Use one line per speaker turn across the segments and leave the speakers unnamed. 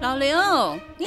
老刘，你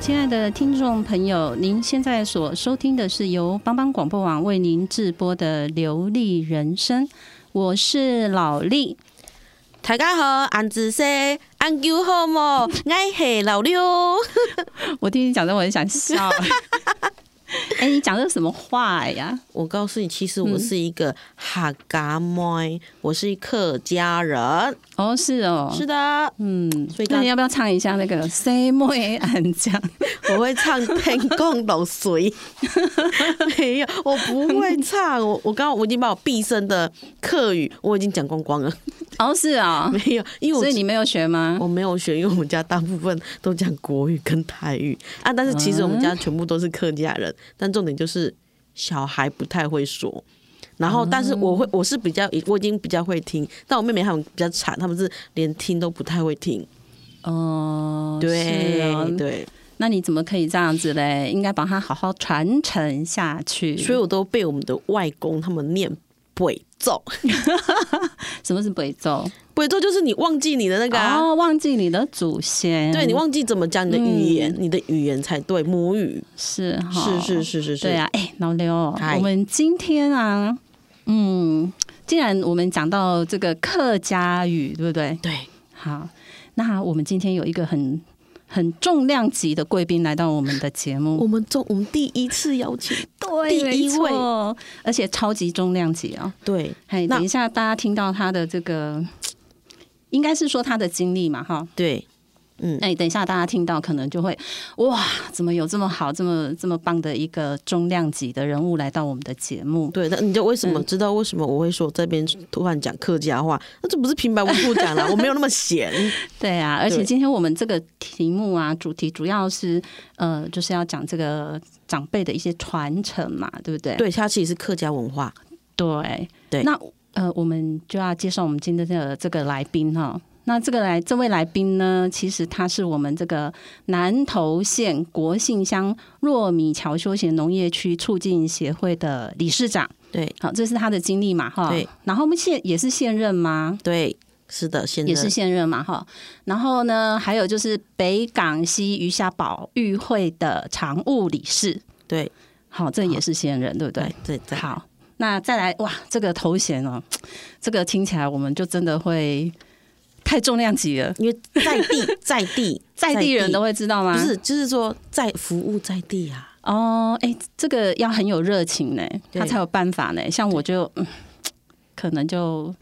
亲爱的听众朋友，您现在所收听的是由帮帮广播网为您直播的《流利人生》，我是老丽。
大家好，安子生，安久好 么？爱黑老六，
我听你讲的，我很想笑。 哎、你讲的什么话呀？
我告诉你，其实
嗯
我是一个哈嘎妹，我是客家人。
哦，是哦，
是的，
嗯
所以，大
那你要不要唱一下那个《C 妹安酱》？
我会唱 《天公老水》，没有，我不会唱。我我刚刚我已经把我毕生的课语我已经讲光光了，
哦，是啊、
没有，因为我
所以你没有学吗？
我没有学，因为我们家大部分都讲国语跟台语啊。但是其实我们家全部都是客家人，但重点就是小孩不太会说。然后，但是我会，
嗯
我是比较，我已经比较会听，但我妹妹她们比较惨，她们是连听都不太会听。
哦，
对、
是啊
对，
那你怎么可以这样子嘞？应该把它好好传承下去。
所以我都被我们的外公他们念鬼咒，
什么是北奏？
鬼咒就是你忘记你的那个、啊，
哦，忘记你的祖先，
对你忘记怎么讲你的语
嗯
言，你的语言才对，母语
是哈，
是是是是是，
对啊。哎、老刘，
嗨
我们今天啊，嗯，既然我们讲到这个客家语，对不对？
对，
好，那我们今天有一个很很重量级的贵宾来到我们的节
我
目，
们中我们第一次邀请，
对
第一
没
位
错而且超级重量级哦。
对
嘿，
那
等一下，大家听到他的这个，应该是说他的经历嘛，哈。
对，嗯，
哎，等一下，大家听到可能就会哇，怎么有这么好、这么这么棒的一个重量级的人物来到我们的节目？
对，那你就为什么
嗯
知道为什么我会说这边突然讲客家话？那这不是平白无故讲 啦，我没有那么闲。
对啊，而且
对
今天我们这个题目啊，主题主要是呃，就是要讲这个长辈的一些传承嘛，对不对？
对，它其实是客家文化，
对
对
那呃，我们就要介绍我们今天的这个来宾哈。那这个来这位来宾呢，其实他是我们这个南投县国姓乡糯米桥休闲农业区促进协会的理事长。
对
好，这是他的经历嘛哈。
对。
然后我们现也是现任吗？哦
对，是的，现在
也是现任嘛哈。然后呢，还有就是北港西鱼虾保育会的常务理事。
对
好，这也是现任，对不对？
对对，
好，那再来哇，这个头衔哦，这个听起来我们就真的会太重量级了，
因为在 地在地
在地人都会知道吗？
不是，就是说在服务在地啊，
哦，哎、这个要很有热情呢，
对
他才有办法呢。像我就、嗯、可能就。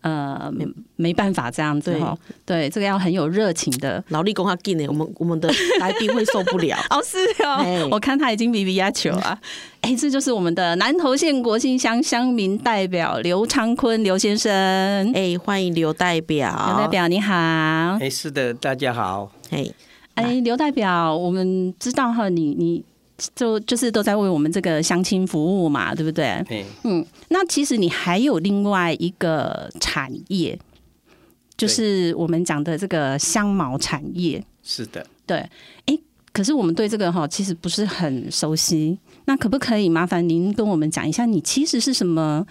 呃，没没办法这样子
对
哈，对，这个要很有热情的。
劳力工他进呢，我们我们的来宾会受不了
哦，是
哎
哦，我看他已经比比亚球啊，哎、这就是我们的南投县国姓乡乡民代表刘昌坤刘先生，
哎、欢迎刘代表，
嗯刘代，表你好，
哎，是的，大家好。
哎、
哎，刘代表，我们知道哈，你你就就是都在为我们这个相亲服务嘛，对不对？
哎，
嗯，那其实你还有另外一个产业，就是我们讲的这个香茅产业。
是的，
对，哎，可是我们对这个哈其实不是很熟悉，那可不可以麻烦您跟我们讲一下，你其实是什么？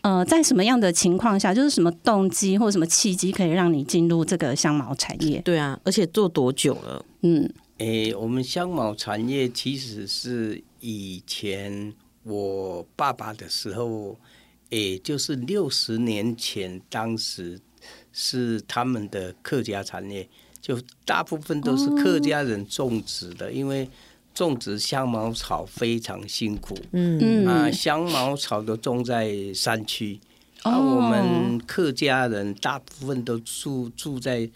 呃，在什么样的情况下，就是什么动机或者什么契机，可以让你进入这个香茅产业？
对啊，而且做多久了？
嗯，
哎，我们香茅产业其实是以前我爸爸的时候，也就是六十年前，当时是他们的客家产业，就大部分都是客家
哦
人种植的，因为种植香茅草非常辛苦。
嗯
啊，香茅草都种在山区，
哦
啊，我们客家人大部分都住住在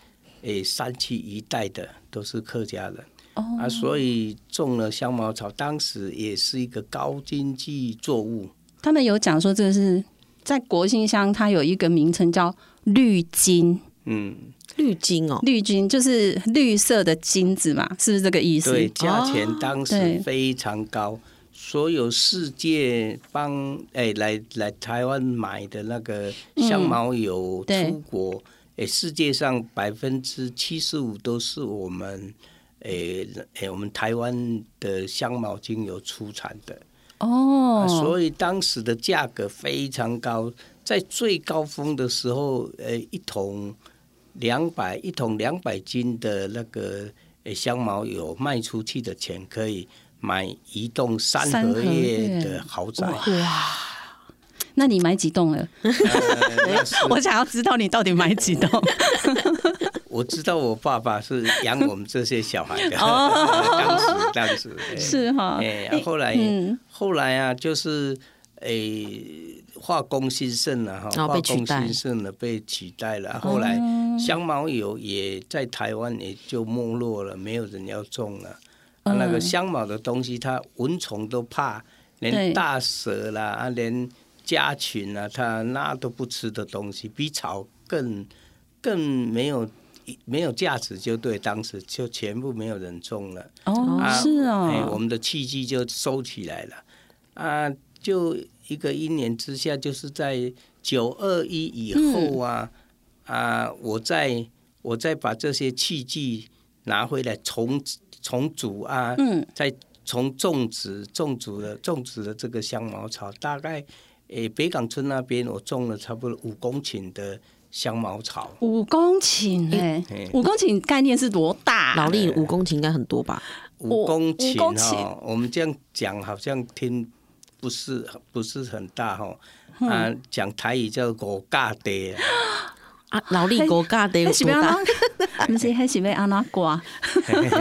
诶山区一带的，都是客家人。
哦
啊，所以种了香茅草，当时也是一个高经济作物。
他们有讲说这个是在国姓乡，它有一个名称叫绿金，
嗯，
绿金哦，
绿金就是绿色的金子嘛，是不是这个意思？哦
对，价钱当
对
时非常高，所有世界帮哎来来台湾买的那个香茅油
嗯对
出国，哎、世界上百分之七十五都是我们。哎哎，我们台湾的香茅精油出产的，
哦，
啊所以当时的价格非常高，在最高峰的时候，呃，一桶两百一桶两百斤的那个呃香茅油卖出去的钱，可以买一栋三
三合
合
院
院的豪宅。
哦 那你买几栋了？我想要知道你到底买几栋。
我知道我爸爸是养我们这些小孩的， 当时当时 哎
是哈
哎、啊后来、
嗯
后来啊，就是诶、化工兴盛了哈，
然后哦
化
被取
工
代哦
兴盛了，被取代了。啊后来香茅油也在台湾也就没落了，没有人要种了。啊、
嗯
那个香茅的东西，它蚊虫都怕，
对
连大蛇啦，啊，连家禽啊，它那都不吃的东西，比草更更没有没有价值，就对，当时就全部没有人种了。
哦，
啊
是
哎，我
哦，
们的契机就收起来了啊，就一个因缘之下，就是在九二一以后啊、
嗯
啊，我再我再把这些器具拿回来重重组啊，
嗯，
再从种植种植了种植了这个香茅草，大概诶、北港村那边我种了差不多五公顷的香茅草，
五公顷哎
哎，
五公顷概念是多大？
劳力五公顷应该很多吧？
五公
五
顷
公
哈、
顷
我们这样讲好像听不是不是很大哈、
嗯
啊，讲台语叫五嘎地，
啊，劳力国家得有
还是
多
被
大
安？拉， 不是还是被安拉瓜。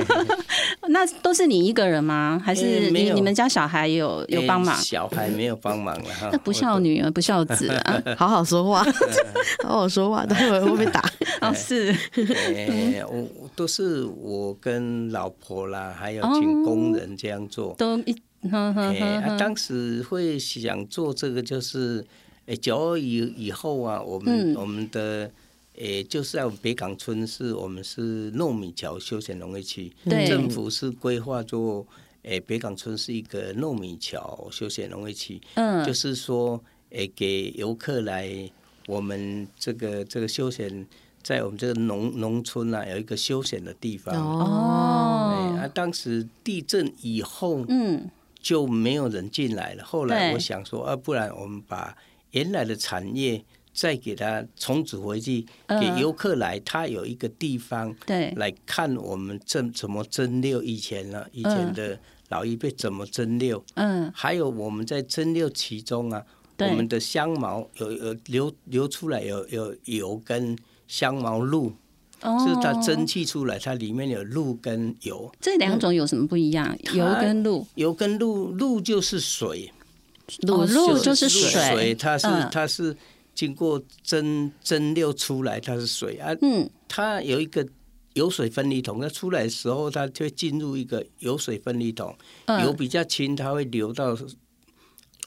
那都是你一个人吗？还是
哎没
你
有
你们家小孩有有帮忙
哎？小孩没有帮忙了哈，
那不孝女儿不孝子
哎
啊！
好好说话， 好好说话，待会会被 打。
哦，是
我都。
嗯
哎我我都是我跟老婆啦，还
哦
有请工人这样做。
都一呵呵
哎、
呵
啊，
呵，
当时会想做这个，就是，哎、九二以以后啊，我们、
嗯
我们的，哎、就是在我们北港村是，我们是糯米桥休闲农业区，
对
政府是规划做，哎、北港村是一个糯米桥休闲农业区，
嗯
就是说，哎、给游客来我们这个这个休闲，在我们这个农农村啊，有一个休闲的地方。哎
哦，
啊，当时地震以后，
嗯，
就没有人进来了。后
对
来我想说，啊，不然我们把原来的产业再给它重组回去，
嗯
给游客来，他有一个地方
对，
来看我们怎怎么蒸馏以前呢、以前的老一辈怎么蒸馏，
嗯，
还有我们在蒸馏其中啊，我
对
们的香茅有有流流出来有有油跟香茅露，
哦
就是它蒸汽出来，它里面有露跟油，
这两种有什么不一样？
嗯
油跟露，
油跟露露就是水。
哦露就是
水，它是、
嗯
它是经过蒸蒸馏出来，它是水啊，
嗯，
它有一个油水分离桶，它出来的时候，它就会进入一个油水分离桶，
嗯
油比较轻，它会流到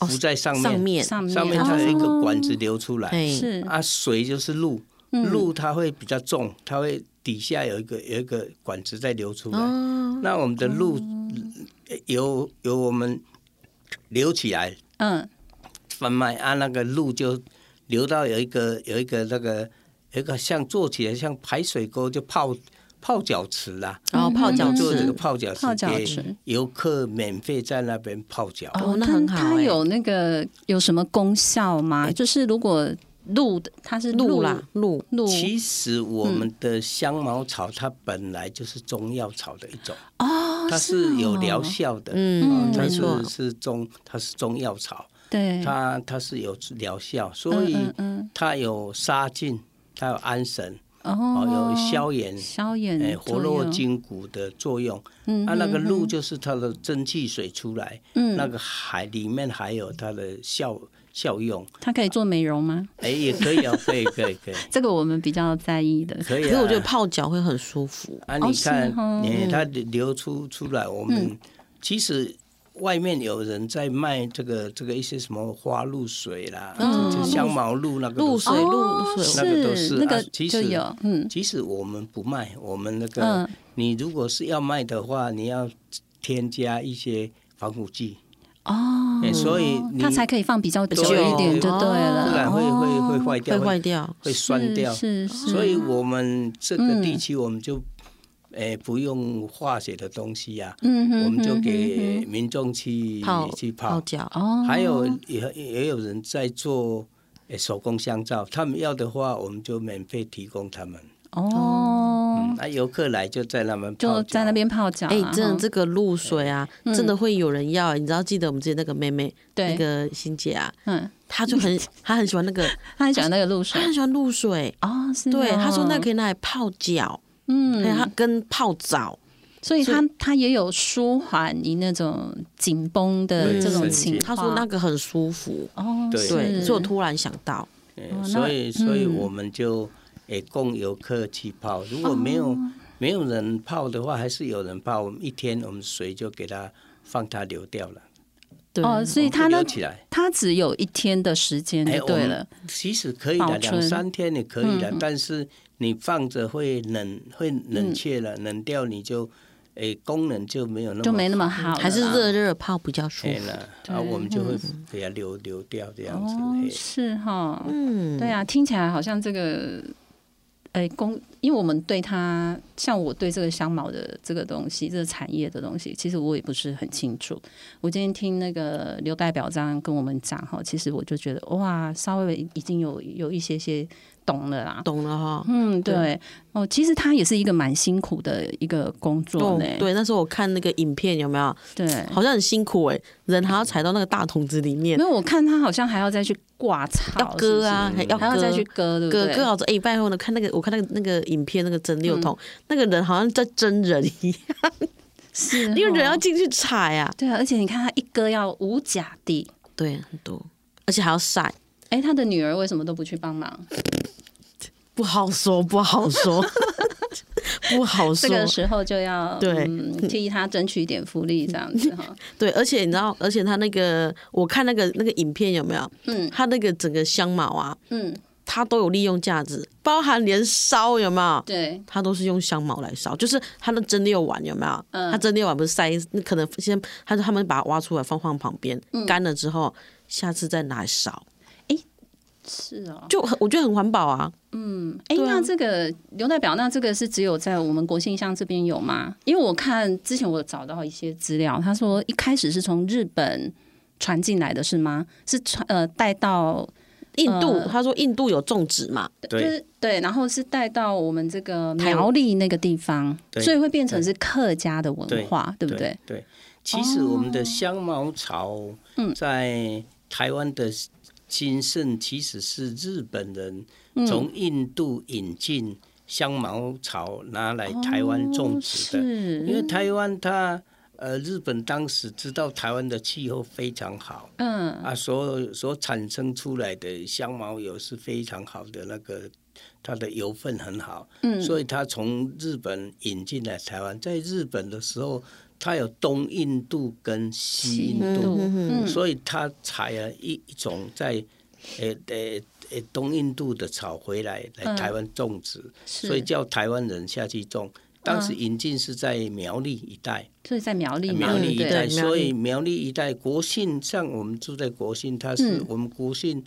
哦
浮在上面，
上面
上面
上面它有一
哦
个管子流出来，
嘿
是嗯
啊，水就是露，露它会比较重，它会底下有一个有一个管子在流出来。
哦
那我们的露呃由由我们流起来
嗯，
贩卖啊，那个露就流到有一个有一个那个有一个像做起来像排水沟就泡泡脚池啦，
然后哦
嗯
泡脚
做这个
池，
泡脚池
泡脚
给
池
游客免费在那哎边泡脚。
哦那很好
它它
欸
有那个有什么功效
哎
吗？就是如果露的，它是
鹿啦，鹿
露
其实我们的香茅草它本来就是中药草的一种，
哦
它是有疗效的，哦
嗯
它
没错
是是中它是中药草，
对，
它它是有疗效，所以
嗯嗯
它有杀菌，它有安神，
嗯
哦，
哦，
有消炎，
消炎
哎，
嗯作
活络
用，
筋骨的作用。
嗯
啊，那个
嗯
露就是它的蒸汽水出来，
嗯，
那个海里面还有它的效效用，
它可以做美容吗？
哎，也可以啊，可以，可以，可以，
这个我们比较在意的，
可以、
可
啊。
是我觉得泡脚会很舒服，
啊，
哦
你
是
看，
哦
你它流流出出来，我们其实外面有人在卖这个这个一些什么花露水啦，
嗯
这这香茅露那个
露
都是
水露水，
那个都
哦是
是
那
啊
个
其
就
实
有，嗯
即使我们不卖，我们那个、
嗯，
你如果是要卖的话，你要添加一些防腐剂，
哦
哎，所以你
它才可以放比较久
对哦
一点就对了，哦
不然会会会坏
会
掉，
坏
会
掉。
会酸掉。
是是，
所以我们这个地
嗯
区我们就，哎，不用化学的东西呀、
嗯哼，
我们就
哼嗯
给
哼
民众去
泡
去
泡
泡。
脚，
哼哦，
还有也也有人在做诶手工香皂，他们要的话，我们就免费提供他们。
哦
嗯，，那游客来就在那边泡
就
脚
在那边泡脚啊，
哎，真的
哈
这个露水啊，
嗯
真的会有人要。你知道，记得我们之前那个妹妹，那
对，
个欣姐啊，
嗯，
她就 很她很喜欢那个，
他很喜欢那个
她
露水
很喜欢露水。
哦，是
对，她说那可
以，
以拿来泡脚，
嗯，
对，她跟泡澡。
所以
所以
它它也有舒缓你那种紧绷的
对
这种
神
情
经
况。
她嗯说那个很舒服，
哦，
对
对，
是
所以我突然想到，
诶
哦那
所以所以
嗯哦
我们就诶供游客去泡。如果没有没有人泡的话，还是有人泡。我们一天我们水就给它放它流掉了，
对，
哦，所以
我们
它
不
呢
流，起来。
它只有一天的时间
哎
就对
我们
了，
其实可以
保
的，
存
两三天也可以的，
嗯嗯嗯
但是你放着会冷，会冷却了，冷掉你就，诶，功能就没有那么
就没那么好了啦，
还是热热泡比较舒
哎
服。
了，
对嗯
啊，我们就会给它流流掉这样子。
哦，
嘿
是哈，
嗯，
对啊，听起来好像这个，哎，公，因为我们对它，像我对这个香茅的这个东西，这个产业的东西，其实我也不是很清楚。我今天听那个刘代表这样跟我们讲哈，其实我就觉得哇，稍微已经有有一些些懂了啦。
懂了哈。
嗯，
对
对，哦，其实它也是一个蛮辛苦的一个工作呢。
哦对，那时候我看那个影片有没有，
对，
好像很辛苦哎、人还要踩到那个大桶子里面
没，有，我看他好像还要再去挂草，
要割啊，还
是不
要
是，还要再去
割。
割，对不
割
对？
割好之后，哎、拜托呢，看那个，我看那个那个影片，那个蒸馏桶，
嗯
那个人好像在蒸人一样，
是哦，
因为人要进去踩啊。
对啊，而且你看他一割要无甲地，
对，很多，而且还要晒，
哎，他的女儿为什么都不去帮忙？
不好说，不好 说，不好
这
说。
个时候就要
对
嗯替他争取一点福利，这样子哈。
对，而且你知道，而且他那个，我看那个那个影片有没有？
嗯
他那个整个香茅啊，
嗯，
它都有利用价值，包含连烧有没有？
对，
它都是用香茅来烧，就是它的蒸馏丸有没有？
嗯
它蒸馏丸不是塞，那可能先，他说他们把它挖出来放放旁边，
嗯
干了之后，下次再拿来烧，
是哦。
就很我觉得很环保啊。
哎，
对啊
那这个刘代表，那这个是只有在我们国信乡这边有吗？因为我看之前我找到一些资料，他说一开始是从日本传进来的是吗？是传呃带到
印度，
嗯
他说印度有种植嘛，
就
对
是对，然后是带到我们这个
台
苗栗那个地方，
对
所以会变成是客家的文化，对不对？？
对，其实我们的香茅草
嗯，
在台湾的兴盛，其实是日本人
嗯，
从印度引进香茅草拿来台湾种植的。
哦是，
因为台湾它呃，日本当时知道台湾的气候非常好
嗯
啊，所所产生出来的香茅油是非常好的那个。它的油分很好，
嗯，
所以它从日本引进来台湾。在日本的时候，它有东印度跟西印度，
嗯，
所以它采了一一种在呃呃呃东印度的草回来来
嗯
台湾种植，
是嗯
所以叫台湾人下去种。当时引进是在苗栗一带，
所以在苗栗嘛，
苗栗一
对不
带，
嗯对，
所以苗栗一带国信，像我们住在国信，它是
嗯
我们国信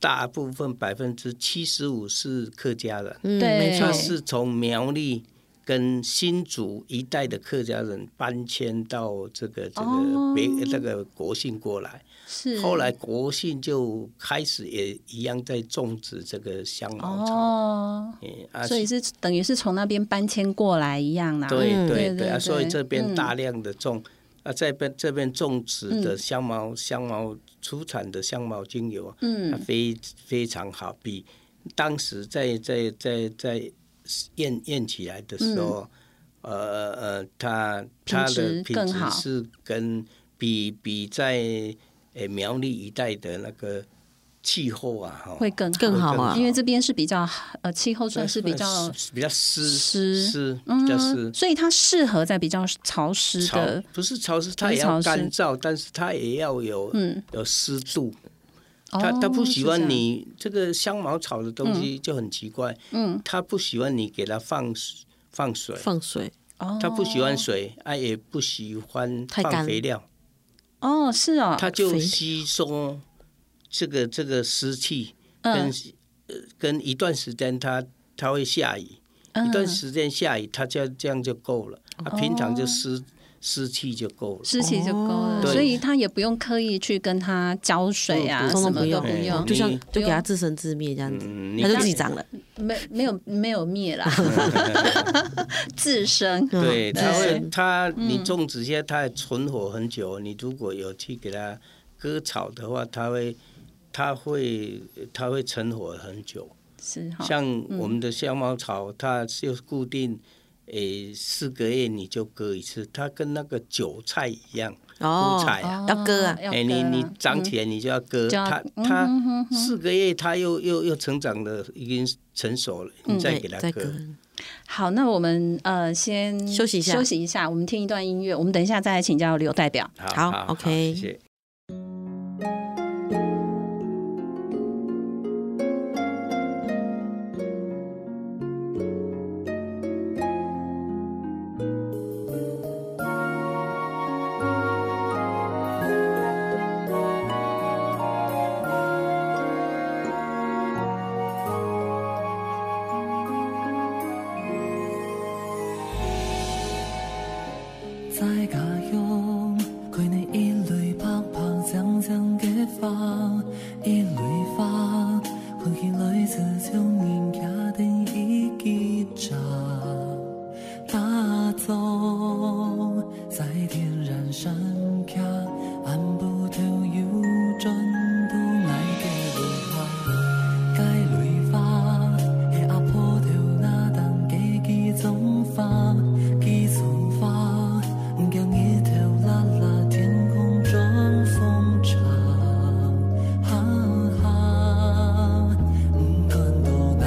大部分百分之七十五是客家人，
嗯，
对
没错
他，是从苗栗跟新竹一带的客家人搬迁到这个这
哦
个别这个国信过来。
是
后来国信就开始也一样在种植这个香茅草，
哦，
诶啊
所以是等于是从那边搬迁过来一样啦，
对
嗯
对
对
对啊，
对
所以这
嗯
边大量的种。啊，这边这边种植的香茅、香茅出产的香茅精油啊，它
嗯
非非常好，比当时在在在在验验起来的时候，呃呃，它它的
嗯品质
品
更好
质是跟比比在呃苗栗一带的那个气候啊，哈
会更
更好啊
因为这边是比较呃气候算是比较
比较湿
湿
湿，比较湿
嗯，。所以它适合在比较潮湿
潮
的
不是潮湿，它
是
也
潮
要
湿
干燥，但是它也要有、
嗯
有湿度。
哦
它它不喜欢
是这样
你这个香茅草的东西就很奇怪，
嗯
它不喜欢你给它放水放水，
放水，
哦，
它不喜欢水，啊也不喜欢
太干
放肥料，
哦，是哦，
它就
肥料
吸收这个这个湿气，跟、
嗯
呃跟一段时间它它会下雨，
嗯哦
一段时间下雨，它就这样就够了，啊平常就湿湿气就够了。
湿气就够了，
哦对
所以它也不用刻意去跟它浇水啊，
嗯
什
通通
么
不
都
用
不
哎
用，
就像
你
就给它自生自灭这样子，
嗯，
它就自己长了。
没没有没有灭 啦，自生
对，它会
对
它你
嗯
种植些，它也存活很久。你如果有去给它割草的话，它会它会它会存活很久。
是哈，
像我们的香茅草，它就是固定。诶，四个月你就割一次，它跟那个韭菜一样，
哦
韭，菜啊，
哦
要割啊
要
哎，你
割啊
你长起来你就要割，
就要
它
嗯哼
它四个月它又又又成长的已经成熟了，
嗯
你再
对
给它
再
割
割。
好，那我们呃先
休息一下
休息一下，我们听一段音乐，我们等一下再来请教刘代表。
好
好好
，OK
谢谢。
齋假慵，佢哋依類拍拍整整嘅花，依類花，佢嘅女子將年假定已結扎，打走在天然山卡，按部頭要進到你嘅回下。街裏花，係阿婆條那等幾幾種花，幾種花，叫一條啦啦天空中風箏，哈哈，看到那。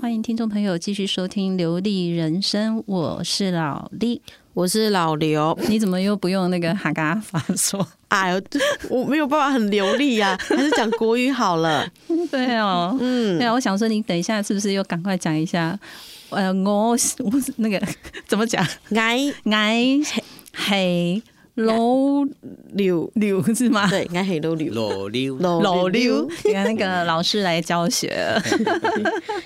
欢迎听众朋友继续收听《流利人生》，我是老李。
我是老刘，
你怎么又不用那个哈嘎法说？
哎呦，对我没有办法很流利呀、还是讲国语好了。
对哦，对
嗯，
啊，我想说你等一下是不是又赶快讲一下？呃，我是我是那个 怎么讲？
挨
矮黑 low
柳，
流是吗？
对，挨黑柳柳，
老溜，
柳
老溜，你看那个老师来教学，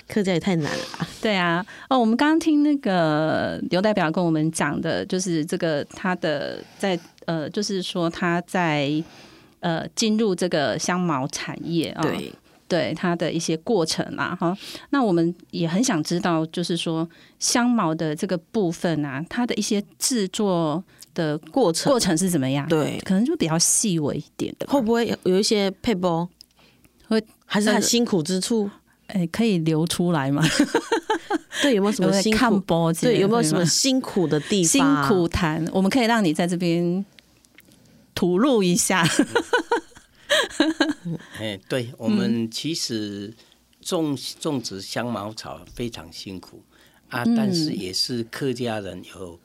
客家也太难了啊。
对啊，哦，我们刚刚听那个刘代表跟我们讲的，就是这个他的在呃，就是说他在呃进入这个香茅产业啊、
对，
对它的一些过程啊，哈。那我们也很想知道，就是说香茅的这个部分啊，它的一些制作的
过程
过程是怎么样？，
对，
可能就比较细微一点的吧。
会不会有有一些配包？
会
还是他辛苦之处？
哎，可以流出来吗？
对，有没有什么辛
看
苦？
波之类
对，
的
有没有
对
什么
吗
辛苦的地
辛
方？
苦谈？我们可以让你在这边吐露一下。
哎，对，我们其实种种植香茅草非常辛苦啊，但是也是客家人有。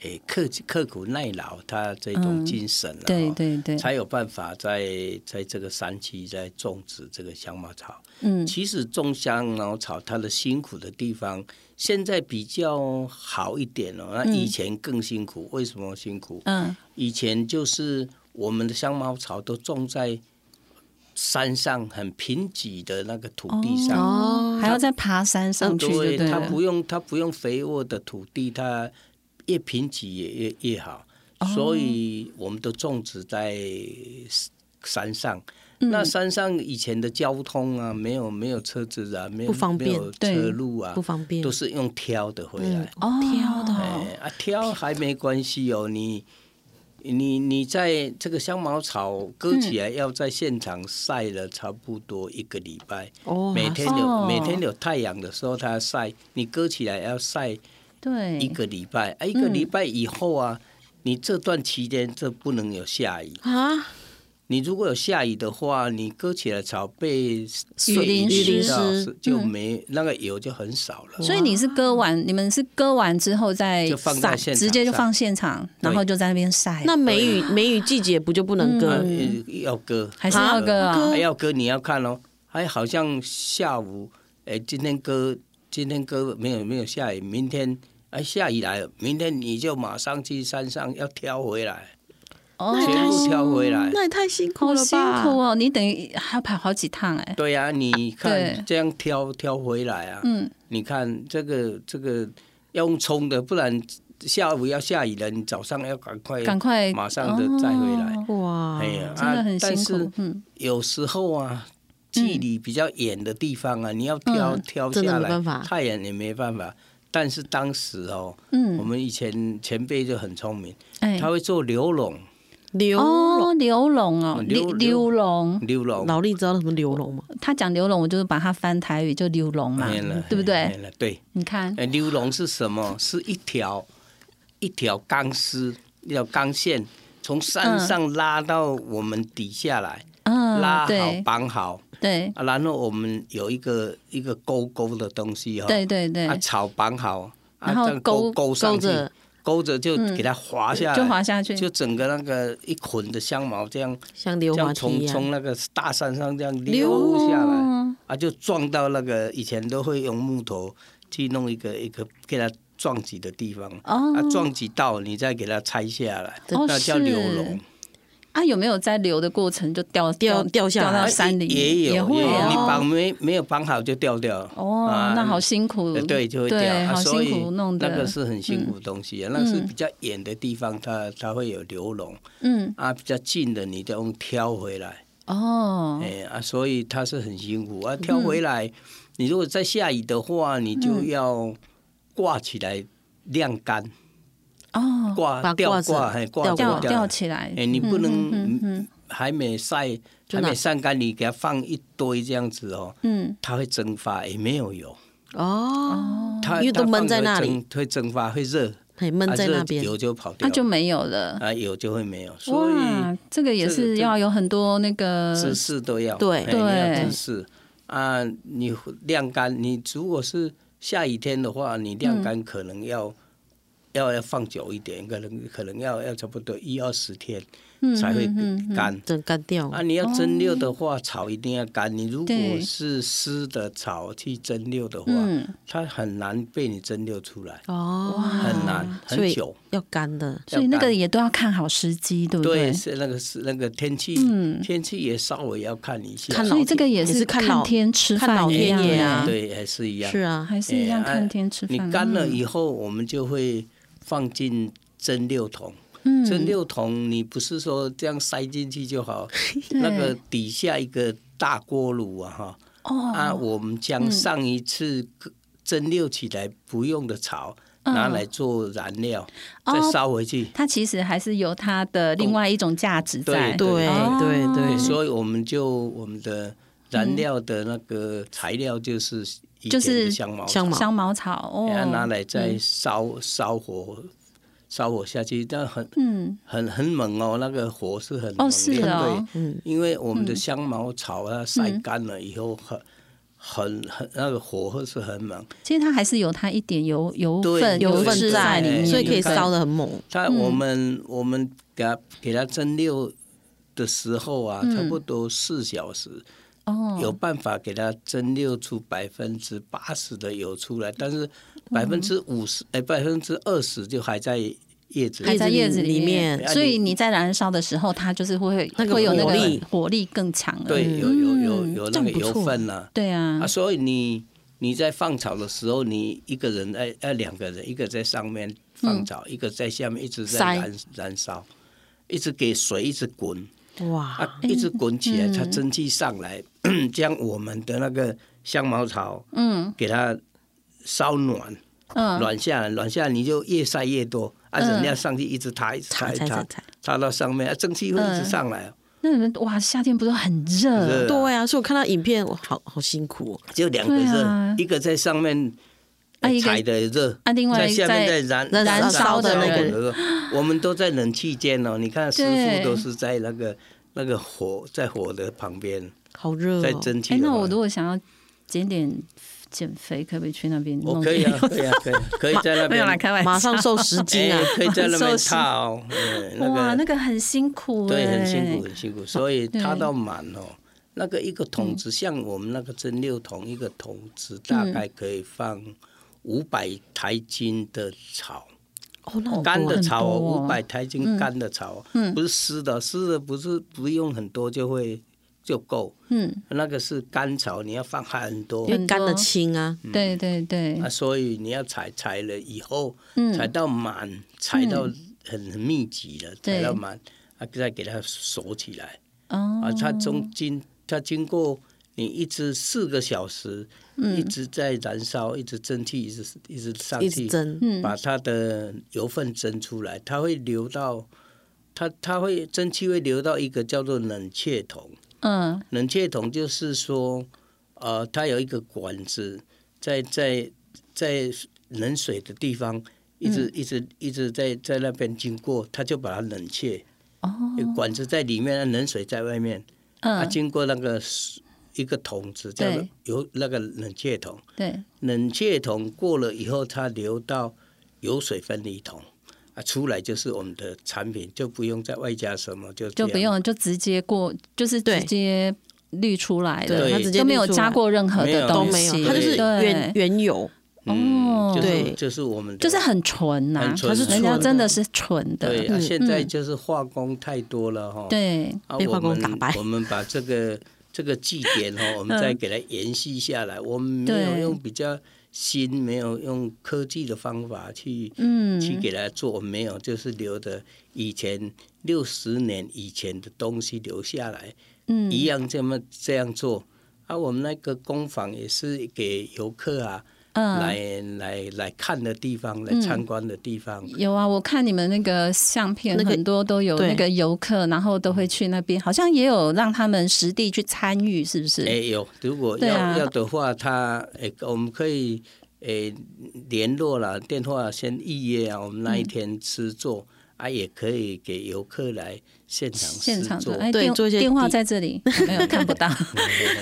诶，刻刻苦耐劳，他这种精神、啊
对对对，
才有办法在在这个山区在种植这个香茅草。
嗯
其实种香茅草它的辛苦的地方，现在比较好一点哦。那以前更辛苦，为什么辛苦？
嗯
以前就是我们的香茅草都种在山上很贫瘠的那个土地上，
哦，
还要再爬山上去就
对，
对
它
了
欸不。用它不用肥沃的土地，它越贫瘠也越越好。所以我们都种植在山上。那山上以前的交通啊，没有没有车子啊，没有
不方便
没有
对
车路啊
不，方便
都。是用挑的回来。
哦，挑的，
哎啊，挑还没关系哦，你你你在这个香茅草割起来，要在现场晒了差不多一个礼拜。
哦，
每天有、
哦
每天有太阳的时候，它晒，你割起来要晒
对，
一个礼拜，
嗯
啊，一个礼拜以后啊，你这段期间这不能有下雨。
啊，
你如果有下雨的话，你割起来草被
雨淋
雨淋
湿哦
到
嗯
是就没、那个油就很少了。
所以你是割完，你们是割完之后再
就放在
晒
现场
直接就
晒
放现场，然后就在那边晒。
那梅雨梅雨季节不就不能
啊
割？
呃要割
还是要割啊
还要割你要看哦，还好像下午，哎，今天割今天割没有没有下雨，明天哎下雨来了，明天你就马上去山上要挑回来。
哦
全部挑回来。
那也太辛苦
好
了
辛
吧？
苦哦，你等于还要跑好几趟哎。
对呀、你
对
看这样挑挑回来啊，
嗯，
你看这个这个要用冲的，不然下午要下雨了，你早上要赶快
赶快
马上的再回来。
哦
哇！
哎呀，
真的很辛
啊但
苦
是。
嗯，
有时候啊，距离比较远的地方啊，你要挑、
嗯
挑
真
下
的没办
来
法，
太远也没办法。但是当时哦，
嗯
我们以前前辈就很聪明，
哎
他，会做流笼，
流
哦
龙，，
刘龙哦，
刘
刘刘龙，
流笼
劳力知道什么流龙吗？
他讲刘龙，我就是把他翻台语就刘龙嘛
哎了，
对不
哎
对？
了对，
你看，
哎，流笼是什么？是一条一条钢丝，一条钢线，从山上拉到我们底下来，
嗯，
拉好
对
绑好、
对
啊然后我们有一个一个勾勾的东西哦，
对对对
啊，，草绑好，啊，
然后
这样勾
勾
勾上
勾
去，
着
勾着就
嗯
给它滑下来，
就滑下去，
就整个那个一捆的香茅这样，
像
这
溜滑梯啊
样从
一样
从，那个大山上这样
溜
溜下来。啊，就撞到那个以前都会用木头去弄一个一个给它撞击的地方，
哦
啊，撞击到你再给它拆下来，
哦
那叫
是
流笼，
啊，有没有在流的过程就掉
掉掉下来
掉到
啊
山里？
也也有，
会
也有
啊
你绑没没有绑好就掉掉了。
哦，
啊
那好辛苦
呃，对，就会掉，
对，
啊
好
所
辛
以
苦弄的，
那个是很辛苦的东西
嗯
啊，那是比较远的地方，它它会有流笼
嗯，
啊，比较近的你就用挑回来，
哦，
哎啊，所以它是很辛苦啊。
嗯
挑回来，你如果在下雨的话，你就要挂起来晾干，
哦，
挂
把
吊
挂子
挂，哎，挂
吊
吊
挂
吊。起来，
哎，你不能
嗯
嗯还没晒，
就
还
拿
没晒干，你给它放一堆这样子哦，
嗯，
它会蒸发，也没有油，
哦，
它
因为都
它放
闷在
会
那里
蒸，会蒸发，会热，
很闷
啊
在
热
那边。
油就跑掉
那
了，
就没有了。
啊油就会没有，所以
哇，这个也
这个
是
这
要有很多那个，
知识都要
对
哎你要
对
知识。啊，你晾干，你如果是下雨天的话，你
嗯
晾干可能要、要要放久一点，可能可能要要差不多一二十天
嗯
才会干。
整干掉。
啊，你要蒸馏
哦
的话，草一定要干。你如果
对
是湿的草去蒸馏的话，
嗯
它很难被你蒸馏出来，
哦，
很难
所
很
以
久。
要干的，
所以那
要
个
干
也都要看好时机，对不
对，是那个是那个天气，
嗯
天气也稍微要看一下。
看
所以这个也
也
是
是看老
天吃
看
饭
老
一样
天爷
欸
啊
对，还是一样。
是啊，
还是一样
哎啊
看天吃
你
饭。嗯
干了以后，我们就会放进蒸馏桶。
嗯
蒸馏桶你不是说这样塞进去就好，
对
那个底下一个大锅炉啊，哈。
哦
啊，我们将上一次蒸馏起来不用的草、
嗯
拿来做燃料，
哦
再烧回去。
它其实还是有它的另外一种价值在。
对
对
哦
对
对，
对，
所以我们就我们的燃料的那个材料就是以
就
前
是
的香茅，
香茅
香茅草哦，
然后哎拿来再烧烧火，烧火下去，但很
嗯，
很很猛哦，那个火是很猛
哦
烈
是哦嗯
对，因为我们的香茅草它晒干了以后很很很那个火是很猛。
其实它还是有它一点油油
对
分
有
有
分
脂
份
在
在哎
里面，
所以可以
你看
烧的很猛。
它我们、我们给它给它蒸馏的时候啊，
嗯
差不多四小时，
哦，
有办法给它蒸馏出百分之八十的油出来，但
嗯
是百分之五十哎百分之二十就还在叶子里
还在叶子
里
面，
面
所以你在燃烧的时候，它就是会
那个
会有那
火
个
力
火力更强了。
对，有有有有那
嗯这
个
样不错嗯
油分了
对啊
啊，，所以你你在放草的时候，你一个人哎哎两个人，一个在上面放草，一个在下面一直
嗯
在
塞
燃燃烧，一直给水一直滚，
哎
哇，
啊，一直滚起
嗯
来，它蒸汽上来， 将我们的那个香茅草
嗯
给它烧暖，
嗯，
暖下来，暖下来你就越晒越多，啊，
嗯
人家上去一直擦，一直擦，
擦
一
擦
直
擦
擦
擦，
擦到上面，啊，蒸汽会一
嗯
直上来，
那你们哇，夏天不是很热？
热
对啊，所以我看到影片，我好好辛苦哦。
就两个
对啊
热，一个在上面
啊一个
踩的热。
啊，另外
在下面
在
在燃
在燃烧的那个
滚 热，我们都在冷气间哦。你看师
对
傅都是在那个那个火，在火的旁边，
好热、哦，
在蒸汽
哎，
的
那
旁边。
我如果想要减点减肥，可不可以去那边弄
我
点？
可以啊，可以啊， 可以，可以在那边
没有啦，开玩笑。
马上瘦十斤啊
哎！可以在那边
受
踏哦，哎那
哇，那
个
个很辛苦，欸
对，很辛苦，。很辛苦，所以
对
踏到满哦。那个一个桶子，像我们那个蒸馏桶，一个桶子大概可以放五百台斤的草，
哦，那好
干
多
的
很
草
多哦嗯
哦，五百台斤干的草，哦不是湿的，湿的不是不用很多就会就够，
嗯，
那个是干草，你要放很多
因为干的轻啊，
嗯
对对对
啊，，所以你要采采了以后，采
嗯，
到满，采到很很密集了，
对
采到满，啊，再给它锁起来，
哦
啊，，它中经它经过你一直四个小时，
嗯
一直在燃烧，一直蒸汽，一直一直上
一直
去，
蒸，
嗯
把它的油分蒸出来，它会流到。它它会蒸汽会流到一个叫做冷却桶，
嗯
冷却桶就是说，呃，它有一个管子在在在冷水的地方，一
嗯
直、一直一直在在那边经过，它就把它冷却。
哦，
有管子在里面，冷水在外面，它、
嗯，
经过那个水一个桶子，叫做
对
有那个冷却桶。
对，
冷却桶过了以后，它流到油水分离桶啊，出来就是我们的产品，就不用再外加什么，就这
就
样
不用就直接过，就是直
对
接滤出来的，
对它直
接
都没有
滤出
加
来
过任何
没
的
有
都
东
没有
西，，
它就是
对
原原油，
嗯，就
对
是就是我们的
就是很纯呐、
很纯
它是
人家
纯
真的
的
是纯的，
对啊，
嗯
现在就是化工太多了哈、
对
啊，
被化工
我们
打败
我们把这个这个祭典 哈、我们再给它延续下来。我们没有
对
用比较新，没有用科技的方法去、
嗯
去给它做，没有，就是留的以前六十年以前的东西留下来，
嗯
一样这么这样做。啊，我们那个工坊也是给游客啊。
嗯。
来来来看的地方，
嗯
来参观的地方，
有啊，我看你们那个相片，
那个
很多都有
对
那个游客，然后都会去那边，好像也有让他们实地去参与，是不是？
哎、有，如果
对
要、
啊
要的话，他哎、我们可以
嗯
哎联、络了，电话先预约啊，我们那一天吃做。啊，也可以给游客来现场
现
试
场
做嗯
的，。哎，
对
电
做一些
电话
低
在 这里，没有看不 到。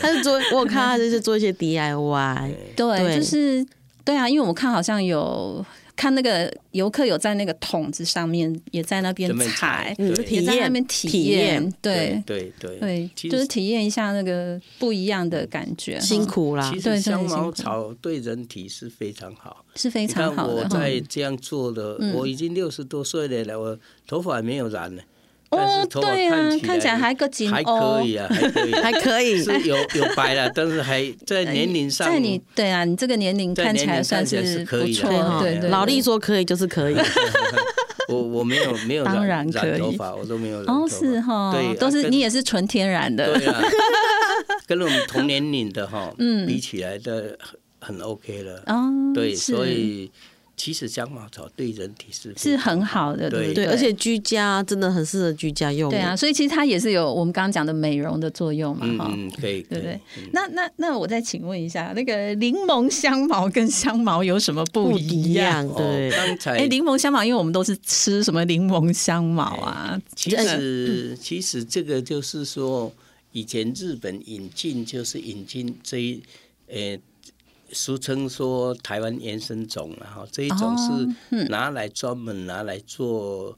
他是做，我有看他就是做一些 DIY，对
对，就是对啊，因为我看好像有看那个游客有在那个桶子上面，也在那边
准备踩
踩，
嗯
对
也在那边
体
体
验嗯
验，对
对对
对，
其
就是
实
体验一下那个不一样的感觉，
辛
哈
苦啦
其，
对对
实香
辛苦
茅草对人体是非常好。
是非
你看
常好
我
的。
在
哈
这样做的，
嗯
我已经六十多岁了了，我头发还没有染呢。但
哦
是，头发
对啊，看起
起
来
来
还个紧
还
哦
可，以啊，还 可以啊，
还可以，
是有有白了，但是还在年龄上，
哎在你对啊，你这个年龄
在
看起
年
来
龄
算
看起来是可
不
以的
错
对哈，，
对对对。
哦
哦
老力说可以就是可以，
我我没有没有
当然
染
可
染
以
头发，我都没有染头
哦，
发
是哈，
对，
都
啊
是
跟
你也是纯天然的，
对啊，跟我们同年龄的哈，
嗯
比起来的很很 OK 了，
哦，
对，
是
所以其实香茅草对人体是
是很好的，
对
不
对，而且居家真的很适合居家
哦
用，
对啊，，所以其实它也是有我们刚刚讲的美容的作用嘛，
嗯
哈、
嗯可以，
对不
可以
对？那那那我再请问一下，那个柠檬香茅跟香茅有什么不
不
一
一
样？
样，
哦
对，
刚才
哎，柠檬香茅，因为我们都是吃什么柠檬香茅啊？
哎其
嗯
实，其实这个就是说，以前日本引进就是引进这一，呃，俗称说台湾原生种啊，然后这一种
哦
是拿来专门拿来做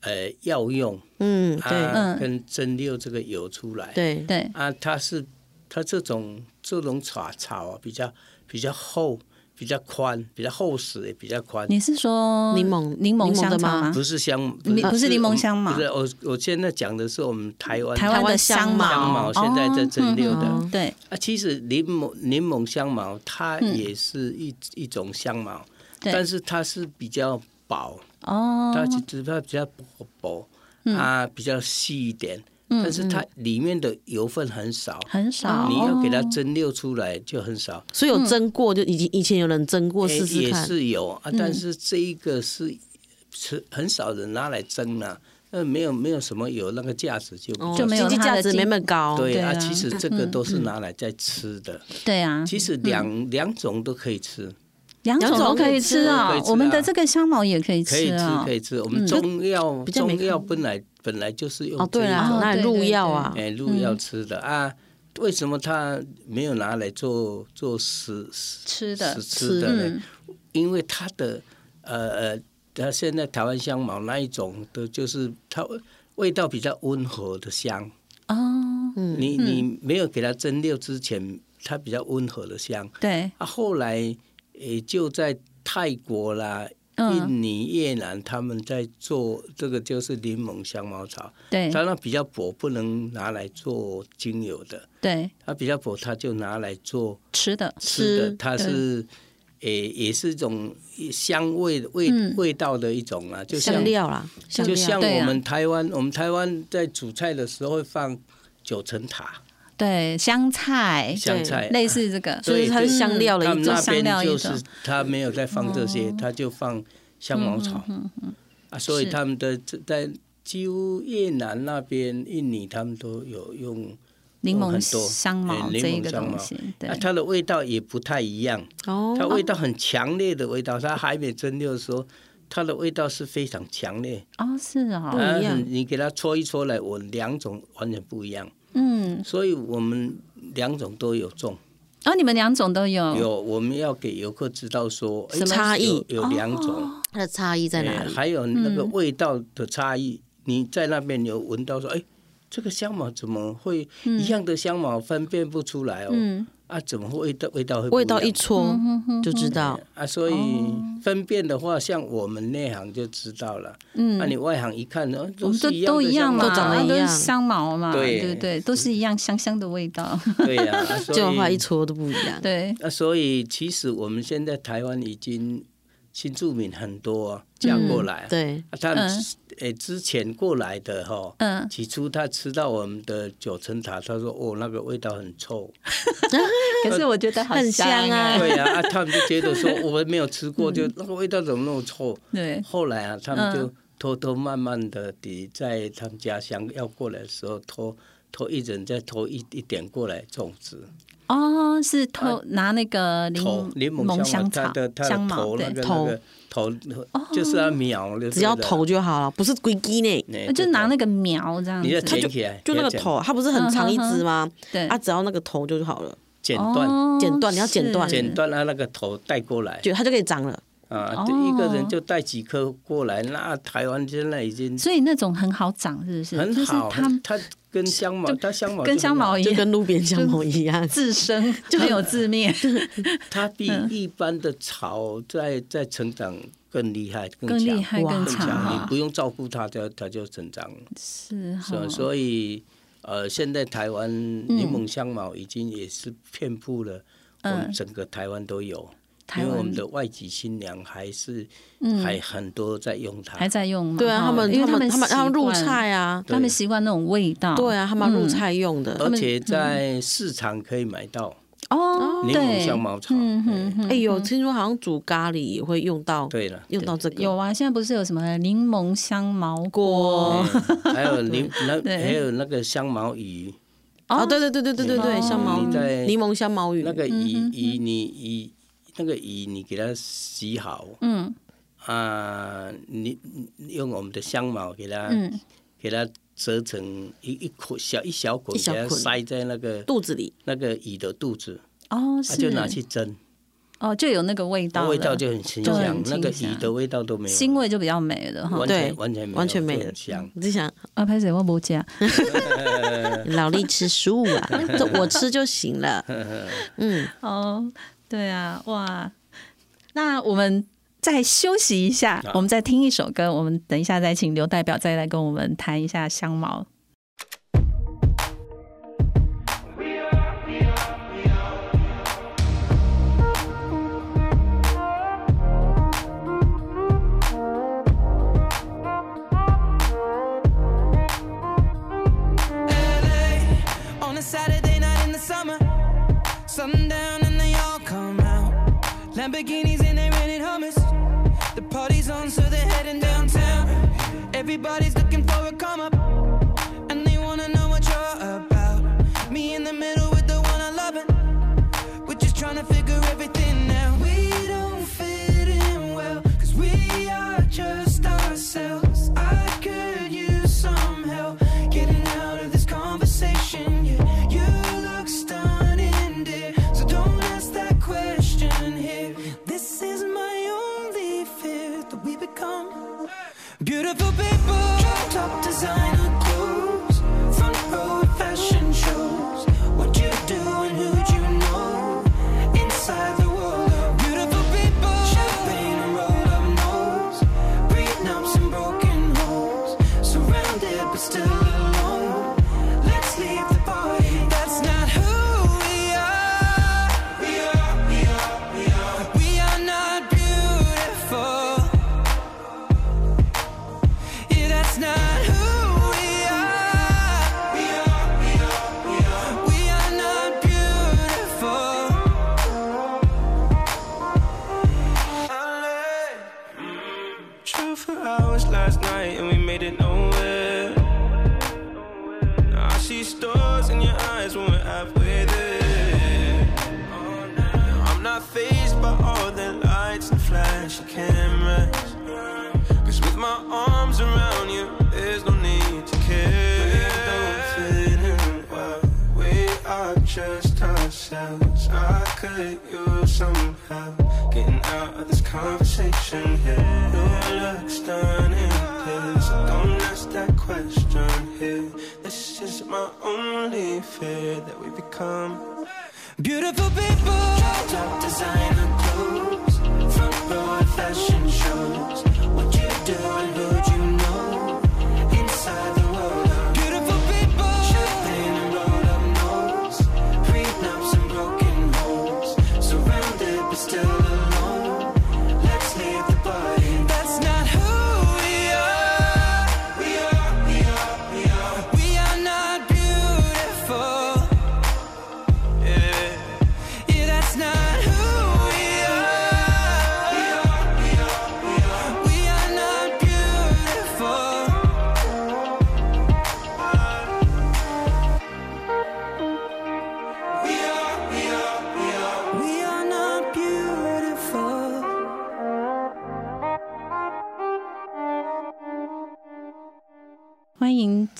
呃药用
嗯，对
啊
嗯，
跟蒸馏这个油出来。
对，
对，
啊，它是它这种这种草草啊，比较比较厚，比较宽，比较厚实，也比较宽。
你是说
柠檬
柠檬
柠檬
香
的
草
吗
吗？
不是香，
你不啊是柠檬香嘛
不是我，我现在讲的是我们台湾
台湾的香茅，
香茅现在在蒸馏的
哦嗯嗯对，
啊。其实柠檬柠檬香茅它也是一、一种香茅，
嗯对
但是它是比较薄，
哦，嗯
它只只它比较薄薄、啊，比较细一点，但是它里面的油分很少，
很少，哦
你要给它蒸馏出来就很少。
所以有蒸过，就以前以前有人蒸过
也
试试
也
看，
是有啊，
嗯
但是这一个是是很少人拿来蒸啊，那没有没有什么有那个价值就不
哦
就没有
经济
它
价
的
值
经
没那么高，
对
对
啊，
啊
其实这个都是拿来在吃的，
对啊，
其实两两种都可以吃，
两种都可以吃
两种都可以
啊
吃，啊
我们的这个香茅也可以
可以
吃啊，
可以吃。我们中药
比较没
中药
看
本来本来就是用
哦，对
这
啦
样，
那
哦
入药啊，
哎入药吃的啊，为什么它没有拿来做做食食
吃嗯的
食，吃的呢？因为它的呃呃，它现在台湾香茅那一种的，就是它味道比较温和的香。
哦，
你你没有给它蒸馏之前，它比较温和的香。
对，
啊，后来也就在泰国啦、
嗯，
印尼、越南，他们在做这个就是柠檬香茅草，
对
当然比较薄，不能拿来做精油的。
对，
它比较薄，它就拿来做
吃的，
吃的
吃，
它是也也是一种香味味
嗯
味道的一种啊，就
香
像
料啦，香
就
料，
像
对啊
我们台湾，我们台湾在煮菜的时候会放九层塔
对，香菜，
香菜，
类似这个，
就
对
是它是香料的
他
一
们
种哦
那，
香
边
料一
就是
种
他没有在放这些，他就放香茅草
嗯
啊，所以
是
他们的在几乎越南那边、印尼他们都有用
柠
有
檬
很多
香茅
哎柠
这一
檬
个
香茅
东西，对
啊，，它的味道也不太一样，它
哦，
味道很强烈的味道，它还没蒸馏的时候。它的味道是非常强烈，
哦，是哦，
啊
一样
你给它搓一搓来，我两种完全不一样，
嗯，
所以我们两种都有种。
哦，你们两种都有，
有，我们要给游客知道说哎
什么差异哦
有有两种，
它的差异在哪
哎
里？嗯
还有那个味道的差异。你在那边有闻到说，哎，这个香茅怎么会
嗯
一样的香茅分辨不出来哦？
嗯
啊，怎么会味道味道会不
味道
样
一哦搓
嗯哼
就知道，
啊？所以分辨的话，像我们内行就知道了，那、
嗯。
你外行一看呢，
我
都
们都
是一样
都
的
一样
香茅
嘛，
都长得一样
都是香茅嘛，
对
对不对？都是一样香香的味道，
对呀、 啊，所以
就话一搓都不一样，
对，
那所以其实我们现在台湾已经新住民很多、啊、嫁过来啊、
对，
啊他们
嗯
诶之前过来的哈，
嗯，
起初他吃到我们的九层塔，他说哦那个味道 很臭，
可是我觉得好
很香啊
哎
对呀、啊，他们就觉得说我们没有吃过，就那个味道怎么那么臭？
嗯对，
后来啊，他们
嗯
就偷偷慢慢的地在他们家乡要过来的时候偷。投一人再投一一点过来种植。
哦，是偷拿那个柠
呃头柠
檬
檬香
草
它的它
香
的
茅，
头那个
对，哦
那个头就是要苗，
只要头
就
就好了，不是龟鸡呢。
对
呃就拿那个苗这样
你要
子，
它就
捡起来，
就那个
你要
头，它不是很
嗯
长一只吗？
对
啊，，只要那个头就好了，
剪剪断
哦
剪断你要剪
是
断
剪断它啊那个头带过
哎
来
就它就可以长了。
啊
哦，
对一个人就带几颗过来。那台湾现在已经
所以那种很好长，是不是？
很
就是
好，
它
它跟香茅，它香茅就
跟香
很好
茅一
就
样，
跟路边香茅一样，
哎自 生没有自灭，
它比
嗯
一般的草在在成长更厉害、更
更
强、
厉害、
哇
更
更
长
强。你
啊，
不用照顾它，它它就成长了。
是哈
所。所以，呃，现在台湾柠檬香茅已经也是遍布了，我们
嗯
整个台湾都有，
台
因为我
湾
们的外籍新娘还是、
嗯
还很多在用它。
还在用嘛？
对啊，
哈
他们
因为
他
们
们他们他们
习
入
惯，
菜啊，
他们习惯那种味道。
对啊，他们入
嗯
菜用的。
而且在市场可以买到
哦，
柠檬
对，
香茅草。
嗯哼哼
哎呦，听说好像煮咖喱也会用到，
对了，
用到这个
有啊，现在不是有什么柠檬香茅
锅
锅？
对哎还有柠那
哦 对
还有那个香茅鱼，
啊，对对对对对对
哦
对，香茅
你在
柠檬香
嗯
茅鱼
那个鱼鱼你鱼那个鱼你给它洗好
嗯
啊，你你用我们的香茅给它
嗯，
给它折成一一捆小一小捆，
一小
给它
捆
塞在那个
肚子里，
那个蚁的肚子，
哦，是
它啊就拿去蒸，
哦，就有那个味道
它
了，
味道就很清
就很
香，那个
清
蚁
香
的味道都没有，
腥味就比较美了哈
完。
对
全完全没有
完全没
就
了
很香。
你就想
啊，拍谁我不加，
呃
老力吃素 啊，这我吃就行了。嗯，
哦，对啊，哇，那我们再休息一下，我们再听一首歌，我们等一下再请刘代表再来跟我们谈一下香茅。
LA on a Saturday night in the summer. Sundown and they all come out. Lamborghinis and they rented hummus. The party's on, so they're heading downtown. Everybody's looking for a come up, and they wanna know what you're about. Me in the middle with the one I loving. We're just trying to figure everything out. We don't fit in well, cause we are just ourselves. I could use some help getting out of this conversation. Yeah, you look stunning, dear. So don't ask that question here. This is my only fear that we become beautiful people. Drop top designer clothes, front row fashion shows. What you do and who you know inside the world of beautiful people. Champagne and rolled up nose, prenups and broken homes. Surrounded but still alone. Let's leave the party. That's not who we are. We are, we are, we are. We are not beautiful. Yeah, that's not who we are. We are, we are, we are. We are not beautiful.
True for hours last night and we made it nowhere. Now I see stars in your eyes when we're halfway there. Now I'm not phased by all the lights and flashy cameras. Cause with my arms around you, there's no need to care. We don't fit in well. We are just ourselves. I could use some help getting out of this conversation here. You look stunning, dear, so don't ask that question here. This is my only fear that we become.
Beautiful people. Top designer clothes. Front row at fashion shows. What you do and who you know. Inside the world of beautiful people. Champagne and rolled up nose. Prenups and broken homes. Surrounded but still alone. Let's leave the party. That's not who we are. We are, we are, we are. We are not beautiful. Yeah, that's not who we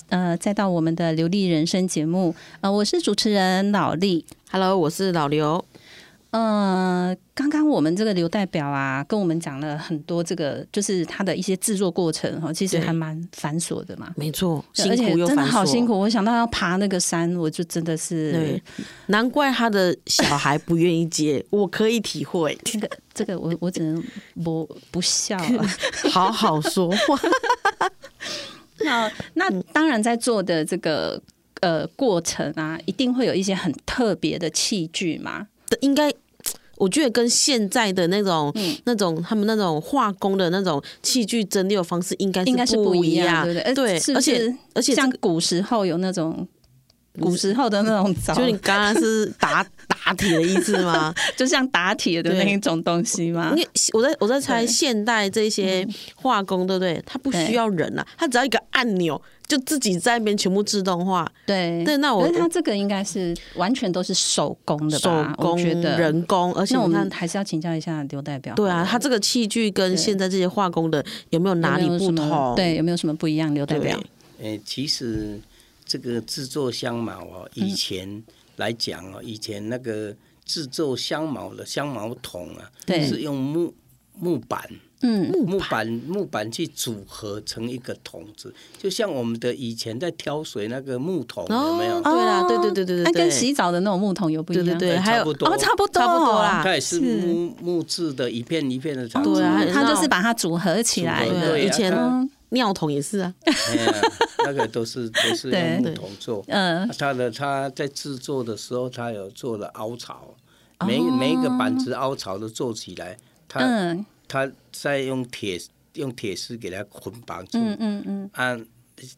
呃再到我们的流利人生节目。呃，我是主持人老丽。
Hello，我是老刘。
呃，刚刚我们这个刘代表啊，跟我们讲了很多这个，就是他的一些制作过程哦哈，其实
对
还蛮繁琐的嘛。
没错，辛
而且
苦又
真的
繁
好
琐，
辛苦，我想到要爬那个山，我就真的是
对， 难怪他的小孩不愿意 接，我可以体会。
那个 这个我我只能不不笑啊了。
好好说话，
那那
嗯
当然，在做的这个呃过程啊，一定会有一些很特别的器具嘛。
应该。我觉得跟现在的那种、
嗯
那种他们那种化工的那种器具蒸馏方式应该
应该是
不
不一
样，
对不对？
对，
是不
而且
是
而且这
像
个
古时候有那种古时候的那种 凿，
就你刚刚是 打打铁的意思吗？
就像打铁的那一种东西嘛
因。为我在我在猜
对嗯
现代这些化工，对不对？它不需要人啊，它只要一个按钮就自己在那边全部自动化，
对，
对那我
但是它这个应该是完全都是手工的
手
吧？
工
我觉得
人工，而且嗯
那我
你
们
看，
还是要请教一下刘代表。
对啊，它这个器具跟
嗯对
现在这些化工的有没有
有
啊哪
没
里
有
不
什么
同？
对，有没有什么不一样？刘代
对，
表，
诶，其实这个制作香茅哦，
嗯
以前来讲哦，以前那个制作香茅的香茅桶啊，
对
是用木木板。
嗯，
木板木板去组合成一个桶子，就像我们的以前在挑水那个木桶，有没有？
对啦，
哦
对对对对
那
对，
跟
对
洗澡的那种木桶有不一
对
样？
对对，
哎
还
差
有
不多
哦，差不多，
差不多啊啦
它也是木木质的，一片一片的厂
对啊
嗯它就是把它组合起来
组合
的。
对啊以前
嗯
尿桶也是啊，
哎呀，那个都是都是
对
用木桶做。
嗯
啊它的它在制作的时候，它有做了凹槽，每、每一个板子凹槽都做起来，它、
嗯
它再用铁用铁丝给它捆绑住，
嗯嗯嗯，
啊，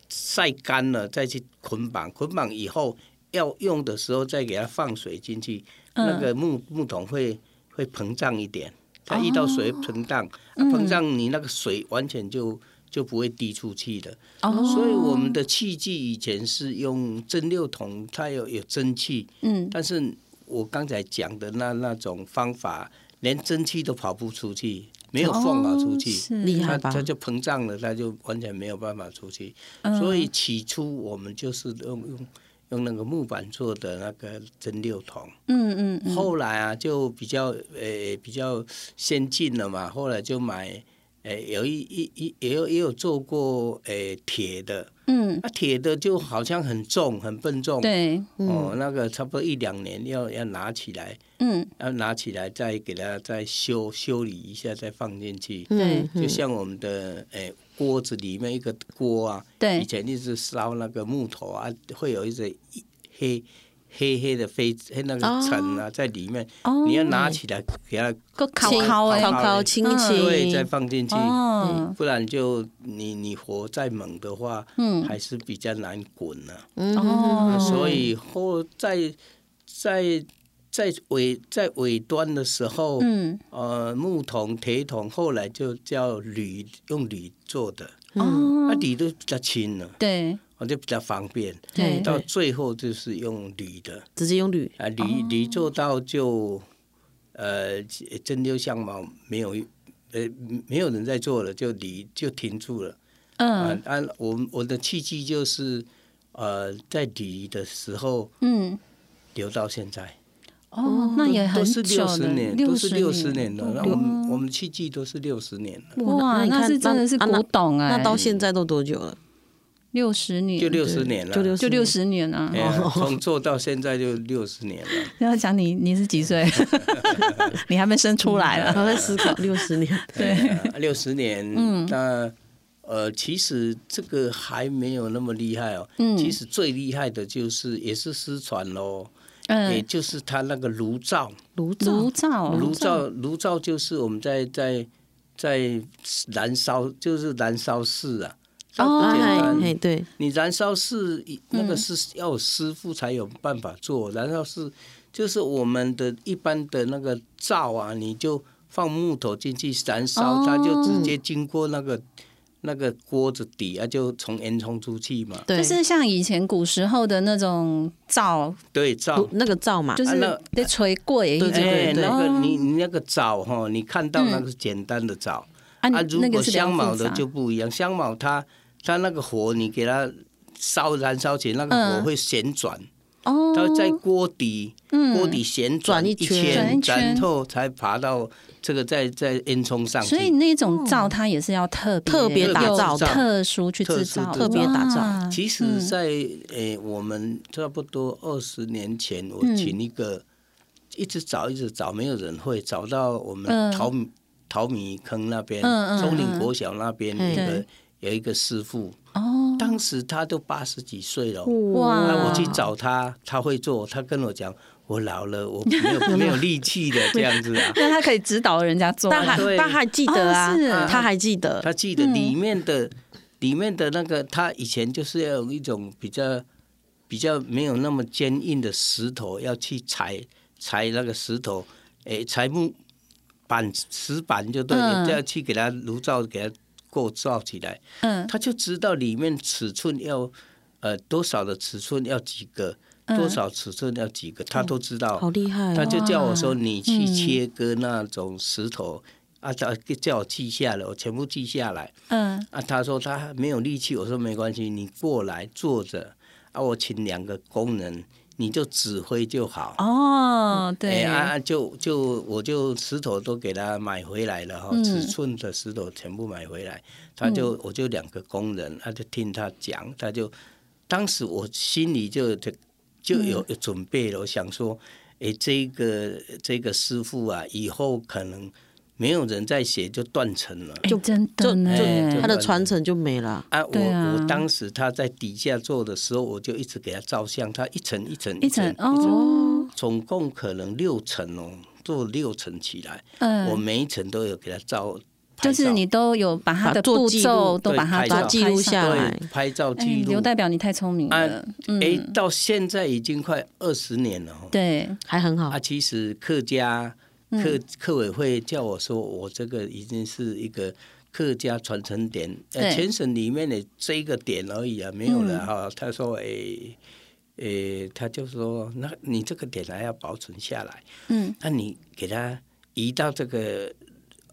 晒干了再去捆绑，捆绑以后要用的时候再给它放水进去，
嗯哦
那个木木桶会会膨胀一点，它遇到水会膨胀，啊
嗯
膨胀你那个水完全就就不会滴出去的。
哦，
所以我们的器具以前是用蒸馏桶，它有有蒸汽，
嗯
但是我刚才讲的那那种方法，连蒸汽都跑不出去，没有缝跑出去。
哦是
厉害
它
吧
它？就膨胀了，它就完全没有办法出去。
嗯
所以起初我们就是用用用那个木板做的那个蒸馏桶，
嗯嗯嗯，
后来啊就比较呃比较先进了嘛，后来就买呃有一一一也有也有做过呃铁的，
嗯
那、铁的就好像很重很笨重，
对，
哦那个差不多一两年要要拿起来，
嗯
要拿起来再给它再修修理一下再放进去，
对
就像我们的诶锅子里面一个锅啊，以
对，
前一直烧那个木头啊，会有一些黑黑黑的飞黑那个尘啊、在里面，
哦
你要拿起来给它
够烤
清
烤哎，
烤
烤烤清一
嗯
对，
清
再，放进去，嗯
哦
不然就你你火再猛的话，
嗯
还是比较难滚啊呢、嗯
哦，
呃所以后在在在尾在尾端的时候，
嗯
呃，木桶、铁桶，后来就叫铝，用铝做的，那
哦，
铝都比较轻了，
对
我就比较方便。
对
到最后就是用铝的
直接用铝，
啊，铝
哦
铝做到就呃蒸馏香茅没有呃没有人在做了，就铝就停住了。啊
嗯，
啊，我们我的契机就是呃在铝的时候
嗯。
留到现在，
哦，那也很
都是
久
六十
了，
年，
60
都是六十年了。那我们我
哦
们契机都是六十年了，
哇，
那你看
那是真的是
那那
古董哎，
那到现在都多久 了？
六十年
就六十年了，
就六
就六十年啊
哎！呀，从做到现在就六十年了。
要讲你你是几岁？ 你还没生出来
我
了。
在思考六十年，
对，
呃六十年，
嗯
那呃，其实这个还没有那么厉害哦。
嗯
其实最厉害的就是也是失传喽，也
嗯，哦
就是它那个炉灶，
炉灶
炉灶，
炉灶，炉灶就是我们在在在燃烧，就是燃烧室啊。
哦
很简
哎
单
嘿对，
你燃烧室一那个是要有师傅才有办法做，燃烧室就是我们的一般的那个灶啊，你就放木头进去燃烧，
哦
它就直接经过那个那个锅子底啊，就从烟囱出去嘛。
对，
就是像以前古时候的那种灶，
对，灶
炉那个灶嘛，
就是
那
得捶柜，
对对对
哎，
对
那
哦啊
个你你那个灶哈，你看到那个简单的灶
啊
啊，如
那
果
个是比较
香茅
复
的
杂
就不一样，香茅它它那个火你给它烧燃烧起来，那
嗯
个火会旋转，
哦，
它会在锅底，
嗯
锅底旋转
转一
一
圈
转一圈
然后才爬到这个在在烟囱上去。
所以那种灶它也是要特别
特别
打
造
有
的
特殊去制造，
特殊的特
别打造
哇
其实在，诶我们差不多二十年前，我
嗯
请一个、一直找一直找，没有人会找到我
嗯
们淘米、淘米坑那边，
嗯嗯嗯
中岭国小那边有
嗯
一个
对
有一个师傅，
哦，
当时他都八十几岁了。
哇
那我去找他，他会做，他跟我讲，我老了，我没 有没有力气了，这样子啊。
那他可以指导人家做
但还
对
但还记得啊
哦是，
他还记得，
他记得
嗯
里面的、里面的那个，他以前就是要有一种比较比较没有那么坚硬的石头，要去踩踩那个石头，诶、踩木板石板就对了，
嗯
这样去给它炉灶给它构造起来，
嗯
他就知道里面尺寸要呃多少的尺寸要几个。
嗯
多少尺寸要几个，他都知道。
好厉害
他
哦，
就叫我说
哇
你去
嗯
切割那种石头、啊，他叫我记下来，我全部记下来
嗯
啊。他说他没有力气，我说没关系，你过来坐着啊，我请两个工人，你就指挥就好。
哦，
哎
对
啊，啊就就我就石头都给他买回来了哈、
嗯
尺寸的石头全部买回来，他就、我就两个工人，他、就听他讲，他就当时我心里就就就
嗯
有有准备了，我想说，哎，这个这个师傅啊，以后可能没有人再写就断层了。
哎真的哎
就
呢，
就
他的传承就没了。
啊，我
对啊
我当时他在底下做的时候，我就一直给他照相，他一层一层
一
层
层哦，
总共可能六层哦，做六层起来，我
嗯，
每一层都有给他照，拍
就
照
是你都有把他的
把做
步
记
骤
录
都
对
把它
拍
把
照
记录下来
对拍照
哎，
记录。
刘代表你太聪明了
啊，哎
嗯，，
到现在已经快二十年了哦。
对，
还很好
啊，，其实客家客
嗯
客委会叫我说，我这个已经是一个客家传承点，呃，
对嗯
全省里面的这一个点而已啊，没有了哈、他说，诶、诶、他就说，那你这个点还要保存下来，
嗯，
那你给它移到这个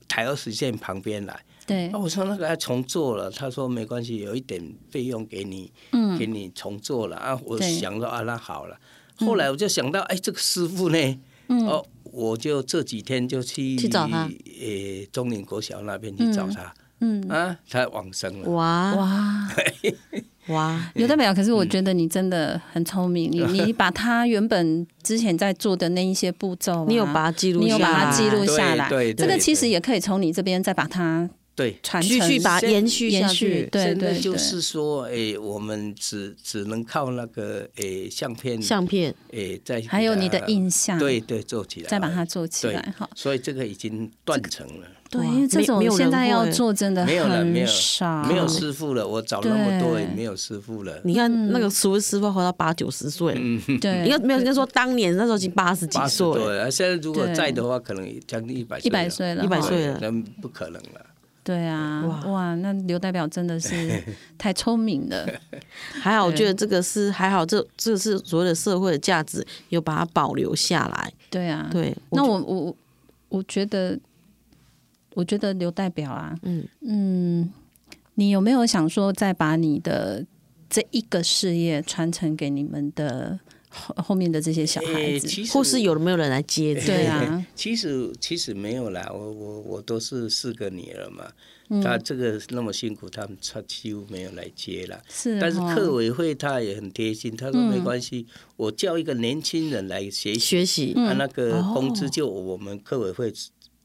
台二十线旁边来。
对
啊，，我说那个要重做了，他说没关系，有一点费用给你，
嗯
给你重做了啊。我
对
想到啊，那好了。后来我就想到，哎，这个师傅呢，
嗯
哦，我就这几天就去
去找他
呃，中岭国小那边去找他、
嗯，
啊，他往生了。
哇
哇。
哇，
嗯
有代表，可是我觉得你真的很聪明， 你你把他原本之前在做的那一些步骤啊、
你有把它记录
你有把
下
它
来
记录下来，
对对
这
对
个其实
对
也可以从你这边再把它
对，
传承
继续把它
现
延续
延
下
续
去，，
对
真的
对
就
对
是说，哎，我们只只能靠那个哎相片，
相片
哎，在
还有你的印
象，
象，
对，对，做起来，
再把它做起
对
来哈。
所以这个已经断层了。
对，
哇
因为这
没没
种
有人
现在要
会
做 真的
没有了，
很
没有
少，
没有师傅了。我找那么多
对
也没有师傅了，
你看那个所谓师傅活到八九十岁了，
对，
应该没有，应该说当年那时候已经八十几
八十
岁
多
了，
了。现在如果
对
在的话，可能将近一百
一百岁了，
100
哈
岁了
那不可能了。
对啊，
哇
哇，那刘代表真的 是太聪明了，
还好，我
对
觉得这个是还好，这这是所谓的社会的价值，有把它保留下来。
对啊，
对，
那
觉
我我我觉得，我觉得刘代表啊，
嗯
嗯，你有没有想说再把你的这一个事业传承给你们的后后面的这些小孩
诶
子？
其实
或是有没有人来接着？
对啊，
其实其实没有啦，我我我都是四个女儿嘛，
嗯
她这个那么辛苦，他们他几乎没有来接啦。
是哦，嗯
但是客委会他也很贴心，他说没关系，我叫一个年轻人来学习，
学习
嗯
他那个工资就我们客委会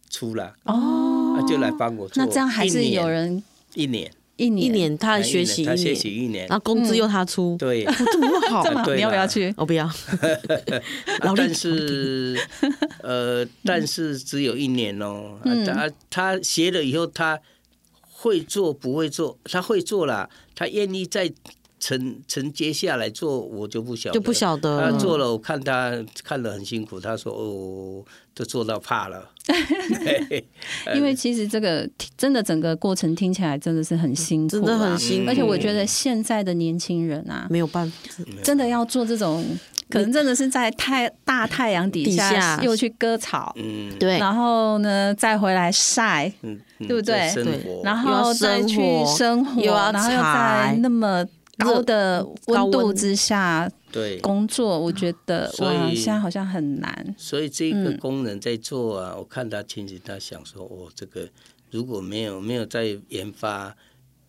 出啦，
哦，
啊就来帮我做。
那这样还是有人
一年
一年
一年，他
哎
来
一
学
年
习一
他学习
年，
一年嗯
然，后工资由他出，
对，
这 么好，
这么好，
对
你要不要
啦
去？
我不要，劳力嗯
但是呃，但是只有一年哦。啊
嗯
他他学了以后，他会做不会做？他会做啦，他愿意再承承接下来做，我就不晓得
就不晓得
他做了，我看他看了很辛苦，他说哦，都做到怕了。对
因为其实这个真的整个过程听起来真的是很辛苦
真
啊，
的很辛苦，
而且我觉得现在的年轻人啊，
没有办法，
真的要做这种，可能真的是在太大太阳底下
底下
又去割草，
嗯，
对，
然后呢再回来晒，
嗯，
对不对
这生活
然
又
后
要
再
生
去
火
生活，
又要
然后又再
采
那么高的温
高
度
温
之下
对，
工作，我觉得
所以
哇，现在好像很难。
所以这个
嗯
工人在做啊，我看他亲戚，他想说，哦，这个如果没有没有在研发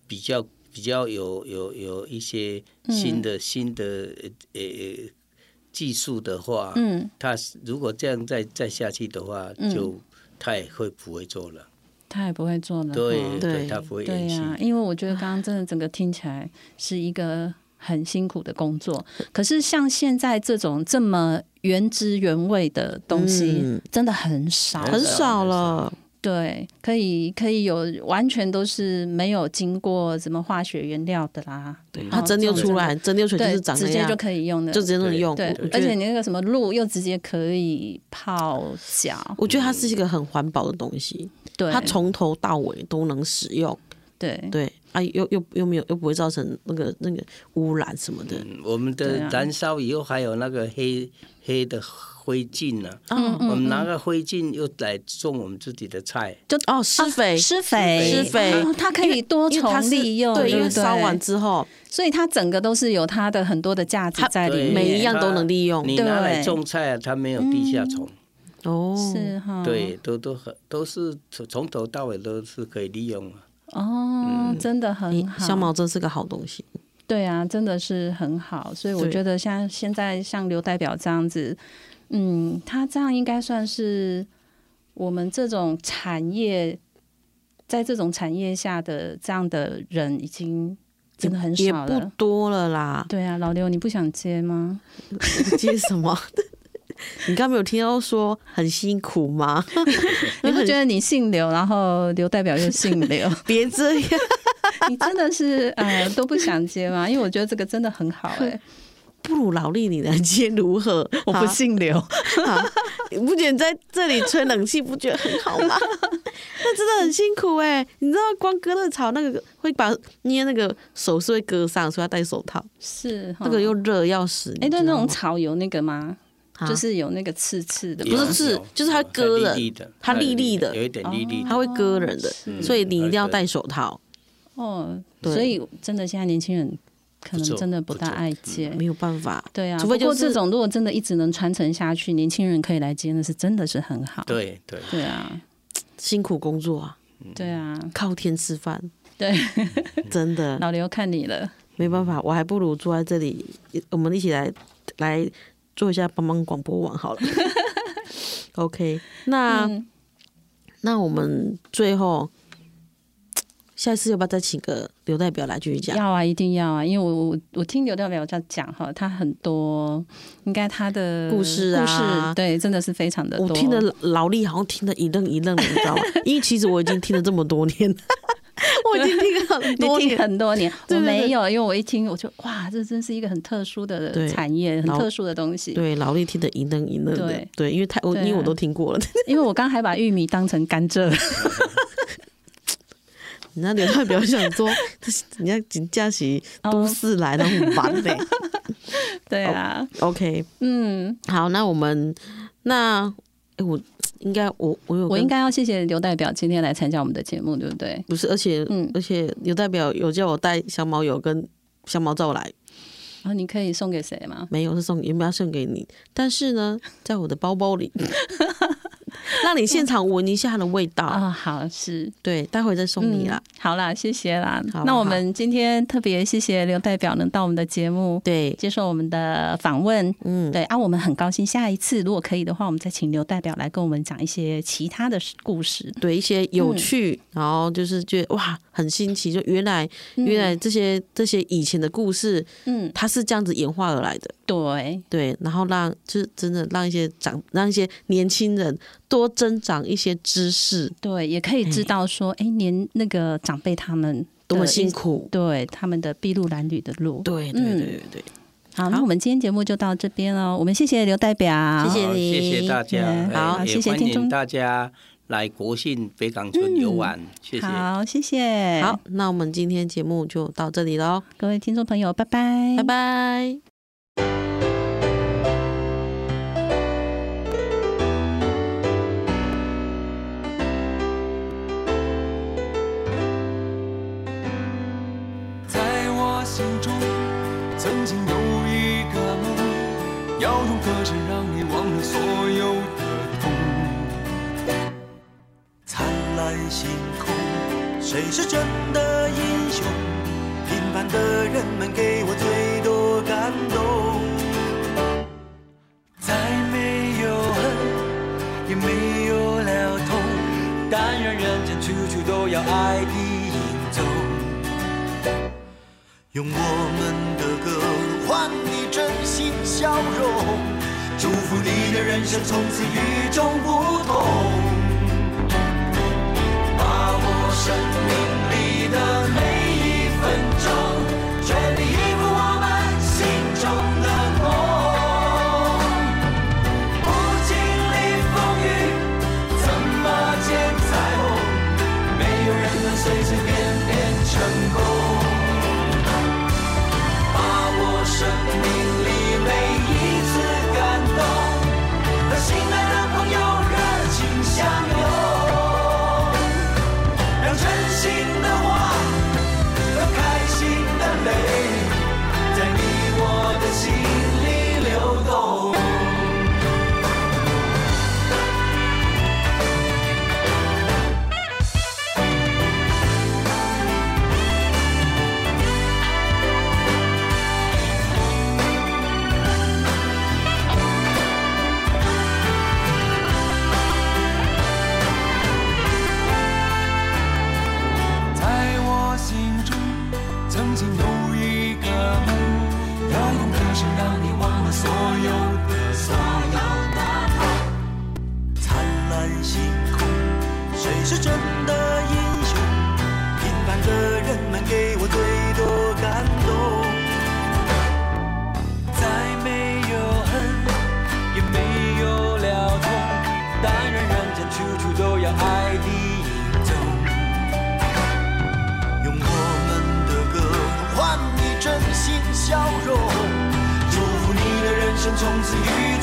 比较比较有有有一些新
嗯
的、新的呃呃呃技术的话，
嗯，
他是如果这样再再下去的话，
嗯
就他也会不会做了，
他也不会做了。
对、
哦
对
他不会
对
延续。
呀、因为我觉得刚刚真的整个听起来是一个很辛苦的工作，可是像现在这种这么原汁原味的东西，
嗯哎
真的很少，
很少了，
对，可以可以有完全都是没有经过什么化学原料的啦，
对，
哦
它蒸馏
这种
出来，蒸馏水就
对
是长
直
那
接
样
就，可以用的，
就直接能
对
用。
对
我，觉
而
得
且你那个什么鹿又直接可以泡脚，
我觉得它是一个很环保的东西，
对，
它从头到尾都能使用，
对
对啊，又又又没有又不会造成那个那个污染什么的。
嗯，我们的
对啊
燃烧以后还有那个黑黑的灰烬呢、
嗯
我们拿个灰烬又来种我们自己的菜，
哦，施肥，
啊施肥，
施肥
哦它可以多
因为它是
重利用，
对，因为
不
烧完之后，
所以它整个都是有它的很多的价值
它
在里
对
面，
每一样都能利用
你
对
拿来种菜啊，它没有地下虫，
哦，
是哈，
对，都都很都是从从头到尾都是可以利用啊。
哦，真的
你
很好，
香茅真是个好东西，
对啊，真的是很好，所以我
对
觉得像现在像刘代表这样子，嗯，他这样应该算是我们这种产业，在这种产业下的这样的人已经真的很
也
少
不
了。。
多了啦
对啊，老刘，你不想接吗？
接什么？ 你刚没有听到说很辛苦吗？
你不觉得你姓刘，然后刘代表又姓刘，
别这样，
你真的是呃都不想接吗？因为我觉得这个真的很 好哎、
不如劳力你 来接如何？好
姓 刘，
啊，你不觉得在这里吹冷气不觉得很好吗？ 那真的很辛苦哎、你知道光割热草那个会把捏那个手是会割伤，所以要戴手套。
是哈
那个又热要死，
哦哎，
你
对，
知
那
道
种
吗
草有那个吗？
啊
就是有那个刺刺的吗，
不是刺就是它割了
粒粒的，
它粒粒的哦
有一点粒粒的
它会割人的，所以你一定要戴手套，
哦，
对
所以真的现在年轻人可
不
能
做
真的不大
不做
爱接。
没有办法。
对啊，
嗯除非
不过
就是
这种如果真的一直能传承下去，年轻人可以来接，那是真的是很好。
对对，
对啊，
辛苦工作啊，
对啊，
靠天吃饭，
对，啊嗯
真的
老刘看你了，
没办法，我还不如坐在这里，我们一起来来做一下帮帮广播网 好了。OK，那、
嗯
那我们最后下一次要不要再请个刘代表来继续讲？
要啊，一定要啊，因为我我我听刘代表在讲哈，他很多应该他的
故事啊
故事对，真的是非常的多。
我听了劳力好像听得一愣一愣的，你知 道吗？因为其实我已经听了这么多年，我已经听了很
你
多
听
年。
很多年，
对
我
对对
没有，因为我一听我就哇，这真是一个很特殊的
对
产业，很
然后
特殊的东西。
对， 劳力听得一愣一愣的
对，
对，因为太我
对啊
因为我都听过了。
因为我刚还把玉米当成甘蔗，
人家刘代表想 说，这是人家金假期都市来的很烦 嘞。
对
哦
啊，
OK，
嗯，
好，那我们那哎，我应该我我有
我
跟
应该要谢谢刘代表今天来参加我们的节目，对不对？
不是，而且
嗯
而且刘代表有叫我带小毛友跟小毛皂来，
然后哦你可以送给谁吗？
没有，是送原本要送给你，但是呢，在我的包包 里，让你现场闻一下它的味道。
啊、好是
对，待会再送你啦。
嗯好啦，谢谢啦。
好
那
好
我们今天特别谢谢刘代表能到我们的节目
对，
接受我们的访问。
嗯，
对啊，我们很高兴，下一次如果可以的话，我们再请刘代表来跟我们讲一些其他的故事。
对，一些
嗯
有趣，然后就是觉得哇，很新奇，就原来、原来这些这些以前的故事，
嗯，
它是这样子演化而来的。
对，
对，然后让就是真的让一些长让一些年轻人多增长一些知识，
对，也可以知道说，哎、年那个长辈他们
多么
的
辛，苦。
对他们的筚路蓝缕的路。
对对对
嗯
对对，
好，
好
那我们今天节目就到这边喽。我们谢谢刘代表，
谢谢
好
你
谢谢大家，
嗯
哎
好
也
谢谢
欢
听众
迎大家来国信北港村游玩，
嗯
谢谢。
好，谢谢，
好，，那我们今天节目就到这里喽，
各位听众朋友，拜拜，
拜。拜。
在我心中。曾经有一个梦，要用歌声让你忘了所有的痛。灿烂星空，谁是真的英雄？平凡的人们给我最多感动。再没有恨，也没有了痛，但愿人间处处都有爱的影踪。用我们的歌换你真心笑容，祝福你的人生从此与众不同。把握生命里的每一分钟，全力以赴我们心中的梦。不经历风雨，怎么见彩虹？没有人能随随便便成功。把握生命里每一次感动，和心爱的朋友热情相拥，让真心的话和开心的泪，在你我的心里流动。在我心中，曾经有一个梦，要用歌声让你忘了所有的所有的痛。灿烂星空，谁是真的英雄？平凡的人们给我最多感动。再没有恨，也没有了痛，但愿人间处处都有爱的影踪。用我们的歌换你真心笑容，祝福你的人生从此与